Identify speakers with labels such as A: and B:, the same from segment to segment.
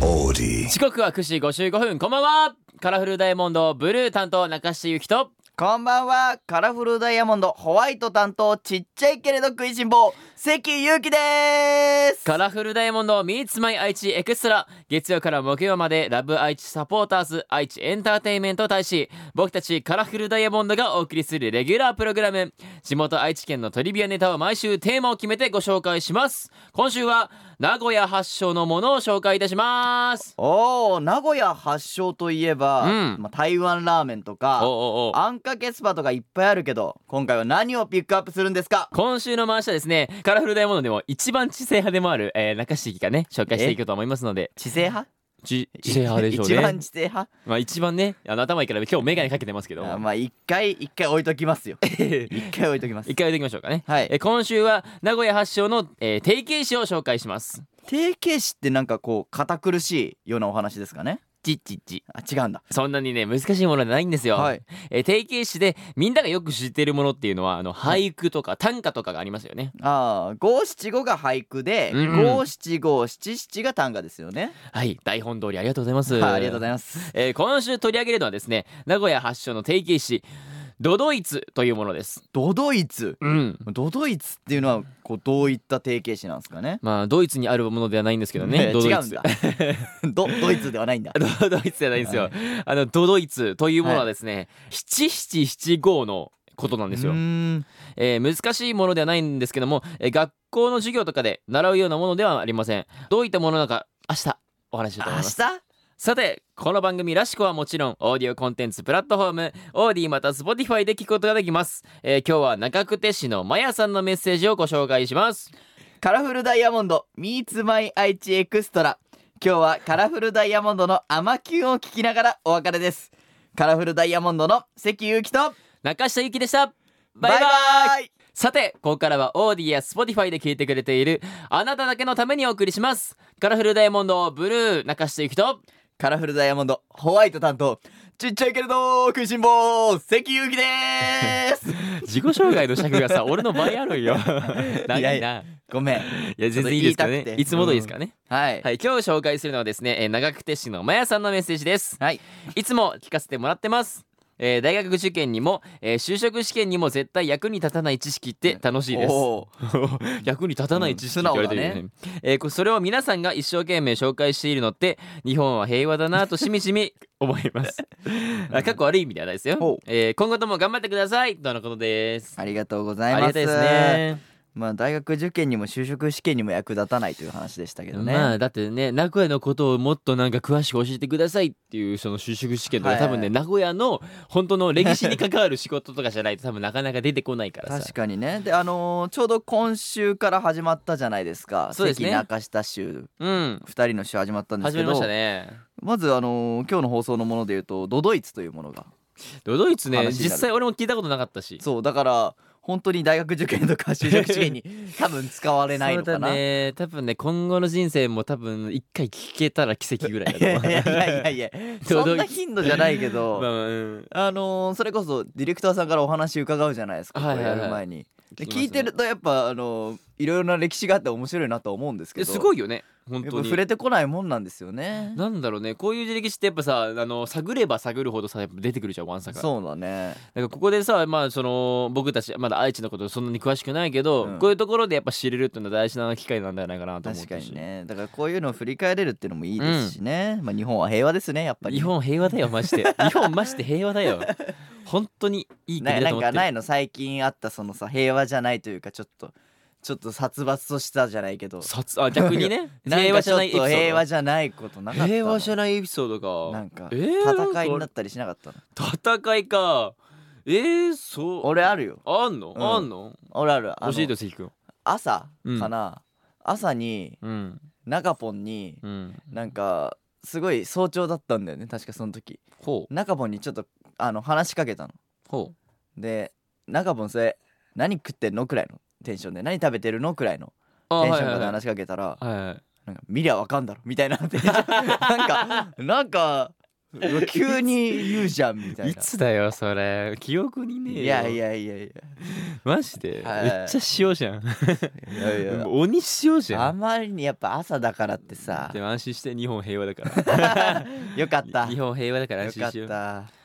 A: body.
B: 時刻は9時55分こんばんはカラフルダイヤモンドブルー担当中志ゆきと
C: こんばんはカラフルダイヤモンドホワイト担当ちっちゃいけれど食いしん坊関ゆうきです
B: カラフルダイヤモンド Meets My 愛知エクストラ月曜から木曜までラブ愛知サポーターズ愛知エンターテインメント大使僕たちカラフルダイヤモンドがお送りするレギュラープログラム地元愛知県のトリビアネタを毎週テーマを決めてご紹介します今週は名古屋発祥のものを紹介いたします
C: おー名古屋発祥といえば、
B: うん
C: まあ、台湾ラーメンと
B: おう
C: か
B: おうおう
C: あんかけスパとかいっぱいあるけど今回は何をピックアップするんですか
B: 今週の回しはですねカラフルダイヤモンドでも一番知性派でもある、えー、中敷がね紹介していこうと思いますので
C: 知性派
B: 知知性派でしょう
C: 一番
B: ね
C: 知性派
B: まあ一番ねあの頭いいから今日メガネかけてますけど
C: あまあ一回一回置いときま すよ一回置いときます
B: 一回でいきましょうかね、
C: はい
B: えー今週は名古屋発祥の、えー、定型詩を紹介します
C: 定型詞ってなんかこう堅苦しいようなお話ですかね
B: ちっちっち
C: あ違うんだ
B: そんなにね難しいものじゃないんですよ、
C: はい
B: えー定型詩でみんながよく知っているものっていうのはあの俳句とか短歌とかがありますよね
C: ああ五七五が俳句で
B: うん
C: 五七五七七が短歌ですよね。
B: はい台本通りありがとうございます、
C: はい、ありがとうございます。
B: えー今週取り上げるのはですね名古屋発祥の定型詩ドドイツというものです
C: ドドイツ、
B: うん
C: ドドイツっていうのはこうどういった定型詞なんですかね。
B: まあドイツにあるものではないんですけどね
C: え
B: ドドイ
C: 違うん
B: ツ
C: だ。ドドイツではないんだ。
B: ドドイツじゃないんですよ、あのドドイツというものはですね七七七五のことなんですよ
C: うー、ん
B: えー難しいものではないんですけども、えー学校の授業とかで習うようなものではありませんどういったものなのか明日お話ししようと
C: 明
B: 思います
C: 日？
B: さてこの番組らしくはもちろんオーディオコンテンツプラットフォームオーディまた Spotify で聞くことができます、えー今日は中久手市のまやさんのメッセージをご紹介します
C: カラフルダイヤモンド Meets My 愛知エクストラ。今日はカラフルダイヤモンドの甘キュンを聞きながらお別れです。カラフルダイヤモンドの関ゆうきと
B: 中下ゆきでしたバイバイ
C: イ
B: さてここからはオーディや Spotify で聞いてくれているあなただけのためにお送りしますカラフルダイヤモンドブルー中下ゆきと
C: カラフルダイヤモンドホワイト担当ちっちゃいけれど食いしん坊関ゆうきでーす
B: 自己紹介の尺がさ俺の倍あるよ 長いない
C: い
B: や
C: や
B: い
C: い
B: や
C: やごめん
B: 全然いいですから
C: ちょっと言いた
B: ね
C: くて
B: いつも通りですからね、
C: はい
B: はい今日紹介するのはですね、えー長久手市のまやさんのメッセージです
C: はい
B: いつも聞かせてもらってます。えー大学受験にも、えー就職試験にも絶対役に立たない知識って楽しいです。
C: お
B: 役に立たない知識って言われてるよね。
C: う
B: えーこそれを皆さんが一生懸命紹介しているのって日本は平和だなとしみじみ思います。 あかっこ悪い意味ではないです
C: お
B: よ。えー今後とも頑張ってくださいとのことです。
C: ありがとうござい
B: あり
C: ま
B: が
C: す
B: たいですね。
C: まあ大学受験にも就職試験にも役立たないという話でしたけどね、
B: まあだってね名古屋のことをもっとなんか詳しく教えてくださいっていうその就職試験とか
C: はいは
B: 多
C: い
B: 分ね名古屋の本当の歴史に関わる仕事とかじゃないと多分なかなか出てこないからさ
C: 確かにねであのーちょうど今週から始まったじゃないですか
B: そうですね
C: 関中下州
B: うん
C: 2人の週始まったんです
B: 始
C: け
B: め
C: ど
B: ましたね
C: まずあのー今日の放送のもので言うとドドイツというものが
B: ドドイツね
C: 話になる
B: 実際俺も聞いたことなかったし
C: そうだから本当に大学受験とか就職試験に 多分使われないの
B: そ
C: か
B: う
C: な
B: だね多分ね今後の人生も多分一回聞けたら奇跡ぐらい
C: いや
B: だ
C: い
B: と思う
C: やいやいやいやそんな頻度じゃないけ ど、
B: まあまあうん
C: あのーそれこそディレクターさんからお話伺うじゃないですか、
B: はいはいはい
C: これやる前にで
B: 聞きますね
C: 聞いてるとやっぱあのーいろいろな歴史があって面白いなとは思うんですけ
B: え
C: ど
B: すごいよね本
C: やっ
B: 当
C: ぱ
B: に
C: 触れてこないもんなんですよね
B: なんだろうねこういう歴史ってやっぱさあの探れば探るほどさやっぱ出てくるじゃんワンサが
C: そうだね
B: なんかここでさ、まあ、その僕たちまだ愛知のことそんなに詳しくないけど、
C: うん
B: こういうところでやっぱ知れるっていうのは大事な機会なんじゃないかなと思う
C: 確か
B: し
C: にねだからこういうのを振り返れるっていうのもいいですしね、まあ日本は平和ですねやっぱり
B: 日本平和だよマジ で日本マジで平和だよ本当にいい国
C: な
B: だ
C: な
B: と
C: ん
B: 思
C: か
B: って
C: ない
B: る
C: の最近あったそのさ平和じゃないというかちょっとちょっと殺伐としたじゃないけど
B: 殺あ逆にね
C: なん
B: 平和
C: か
B: じ
C: ち
B: ゃ
C: ょ
B: な
C: っ
B: いエピソ
C: と
B: ー
C: 平和
B: ド
C: じゃないことなかったの
B: 平和じゃないエピソードか
C: なんか
B: えー
C: 戦いにな
B: な
C: っ
B: ん
C: たりしなかったの
B: か戦いかえー、そう
C: 俺あるよ
B: あんの、
C: うん
B: あんの
C: 俺あるあ
B: 教
C: の
B: えてよ関君
C: 朝かな、朝に
B: うん
C: 中ポンに
B: うん
C: なんかすごい早朝だったんだよね確かその時
B: ほう
C: 中ポンにちょっとあの話しかけたの
B: ほう
C: で中ポンそれ何食ってんのくらいのテンションで何食べてるのくらいの
B: あ
C: テンシ
B: は
C: ョ
B: い
C: ン
B: はいは
C: で
B: い
C: 話しかけたら、
B: はいはい
C: なんか見りゃわかんだろみたいななんかなんかうわ急に言うじゃんみたい
B: い
C: な
B: つだよそれ記憶にねえよ
C: いやいやいやい
B: マジでめっ
C: はい
B: ちゃ塩じゃん
C: やいやいや
B: もう 鬼塩じゃ
C: あ
B: ん
C: まりにやっぱ朝だからってさ
B: でも安心して日本平和だから
C: よかっ た
B: 日
C: よ
B: 本平和だから安心
C: かっ
B: しよう
C: た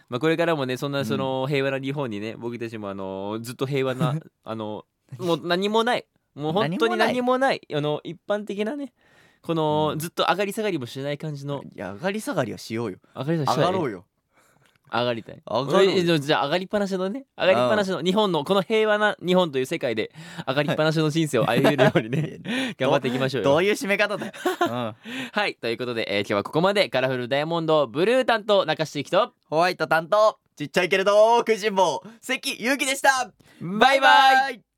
B: まあこれからもねそん
C: う
B: なんその平和な日本にね僕たちもあのずっと平和なあのもう何もないもう本当に何
C: 何
B: もないあの一般的なねこの
C: うん
B: ずっと上がり下がりもしない感じの
C: いや上がり下がりはしようよ
B: 上がり
C: 上
B: 下がり
C: がろ
B: う
C: うよ
B: 上がりたい
C: 上がろう
B: えじゃあじゃあ上がりっぱなしのね上がりっぱなしの日本のこの平和な日本という世界で上がりっぱなしの人生を歩めるようにね頑張っていきましょうよ
C: どういう締め方だよ、うん、
B: はいということで、えー今日はここまでカラフルダイヤモンドブルー担当中していきと
C: ホワイト担当ちっちゃいけれど食いしん坊関ゆうきでした
B: バイバイ
C: イ